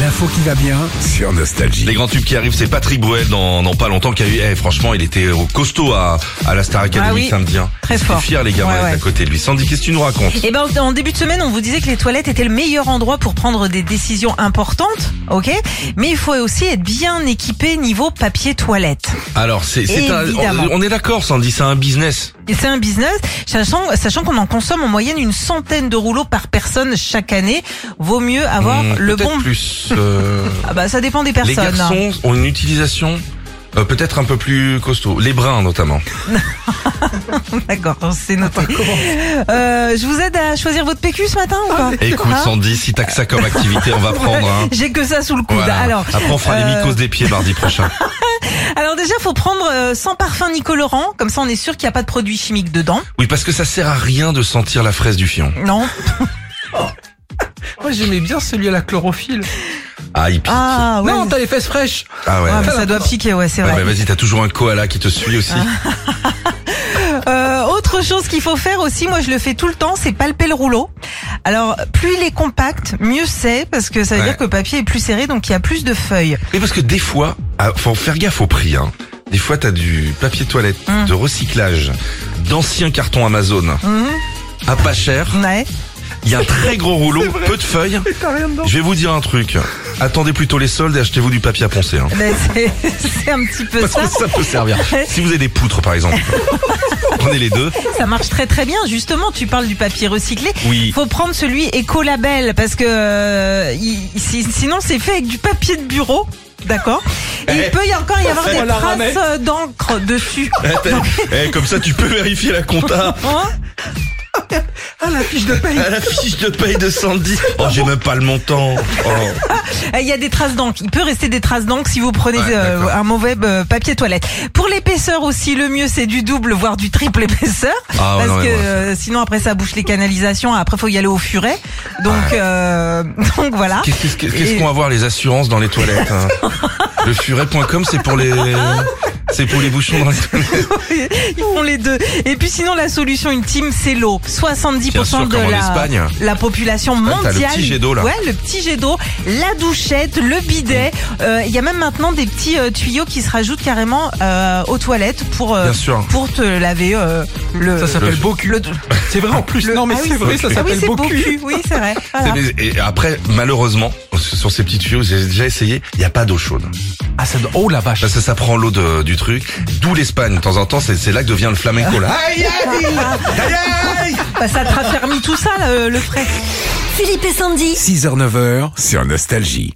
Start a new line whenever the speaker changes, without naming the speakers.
l'info qui va bien.
sur Nostalgie.
Les grands tubes qui arrivent, c'est Patrick Bruel dans, dans pas longtemps qui a eu. eh, franchement, il était au costaud à, à la Star Academy
Ah oui,
samedi. hein.
très
Il était
fort.
fier, les gars,
Ouais,
d'être
ouais.
à côté de lui. Sandy, qu'est-ce que tu nous racontes
Et ben en début de semaine, on vous disait que les toilettes étaient le meilleur endroit pour prendre des décisions importantes, ok Mais il faut aussi être bien équipé niveau papier toilette.
Alors, c'est, c'est un-
Évidemment.
on, on est d'accord, Sandy, c'est un business.
Et c'est un business, sachant, sachant qu'on en consomme en moyenne une centaine de rouleaux par personne chaque année. Vaut mieux avoir
Hmm,
le
peut-être
bon.
plus. euh,
Ah bah ça dépend des
les
personnes.
garçons ont une utilisation euh, peut-être un peu plus costaud. Les brins, notamment.
D'accord,
Ah,
c'est noté. Euh, je vous aide à choisir votre PQ ce matin ou pas
Écoute,
Hein
Sandy, si t'as que ça comme activité, on va prendre un.
J'ai que ça sous le coude.
Voilà.
Bah, Alors,
Après, on fera les
euh,
mycoses des pieds mardi prochain.
alors déjà, faut prendre euh, sans parfum ni colorant, comme ça on est sûr qu'il n'y a pas de produits chimiques dedans.
Oui, parce que ça sert à rien de sentir la fraise du fion.
Non.
Moi, j'aimais bien celui à la chlorophylle.
Ah, il pique. Ah,
Ah ouais.
Non, t'as les fesses fraîches.
ouais.
Ouais, mais ça doit piquer, ouais, c'est
Ouais, Ah.
vrai.
bah, vas-y, t'as toujours un koala qui te suit aussi.
Euh, autre chose qu'il faut faire aussi, moi je le fais tout le temps, c'est palper le rouleau. Alors, plus il est compact, mieux c'est, parce que ça veut
Ouais.
dire que le papier est plus serré, donc il y a plus de feuilles.
Mais parce que des fois, ah, faut faire gaffe au prix. Hein. Des fois, t'as du papier toilette,
Hum.
de recyclage, d'anciens cartons Amazon,
Mhm.
à pas cher.
Ouais.
Il y a un très gros rouleau, peu de feuilles.
T'as rien dedans.
Je vais vous dire un truc. Attendez plutôt les soldes et achetez-vous du papier à poncer. Hein.
Ben, c'est- c'est un petit peu
Parce
ça.
que ça peut servir. Si vous avez des poutres, par exemple, prenez les deux.
Ça marche très très bien. Justement, tu parles du papier recyclé.
Oui.
Faut prendre celui écolabel parce que euh, il- si- sinon c'est fait avec du papier de bureau, d'accord Et il peut y encore y avoir
fait,
des
on Eh. la ramène.
traces euh, d'encre dessus.
Eh, comme ça, tu peux vérifier la compta
Hein
Ah, la fiche de paye.
à la fiche de paye de Sandy. Oh, j'ai même pas le montant. Oh.
Euh, Il y a des traces d'encre. Il peut rester des traces d'encre si vous prenez
Ouais,
euh,
d'accord.
un mauvais euh, papier toilette. Pour l'épaisseur aussi, le mieux c'est du double voire du triple épaisseur
Ah, ouais,
parce
non,
que
mais moi,
euh, sinon après ça bouche les canalisations. Après faut y aller au furet. Donc euh, donc voilà.
Qu'est-ce qu'est-ce que- qu'est-ce
Et-
qu'on va voir les assurances dans les toilettes hein Le furet.com, c'est pour les c'est pour les bouchons dans les toilettes.
Ils font les deux. Et puis sinon, la solution ultime, c'est l'eau. 70%
Bien sûr,
de
comme en
la,
Espagne.
la population
Ah, t'as
mondiale.
le petit jet d'eau, là.
Ouais, le petit jet d'eau, la douchette, le bidet.
Mm.
Euh, Il y a même maintenant des petits euh, tuyaux qui se rajoutent carrément euh, aux toilettes pour euh,
Bien sûr.
pour te laver euh, le.
Ça s'appelle
Le-
beau cul. C'est vrai en plus. Non, mais
Ah oui,
c'est vrai, ça
Ah oui,
s'appelle
c'est
beau
beau
cul.
cul. Oui, c'est vrai. Voilà.
Et après, malheureusement, sur ces petits tuyaux, j'ai déjà essayé, il n'y a pas d'eau chaude.
Ah, ça doit- Oh la vache.
Parce que ça prend l'eau de- du truc. D'où l'Espagne. De temps en temps, c'est c'est là que devient le flamenco. Là. Aïe, aïe, aïe, aïe
Bah, ça te raffermit tout ça, là, euh, le frais.
Philippe et Sandy.
6h, 9h.
Sur Nostalgie.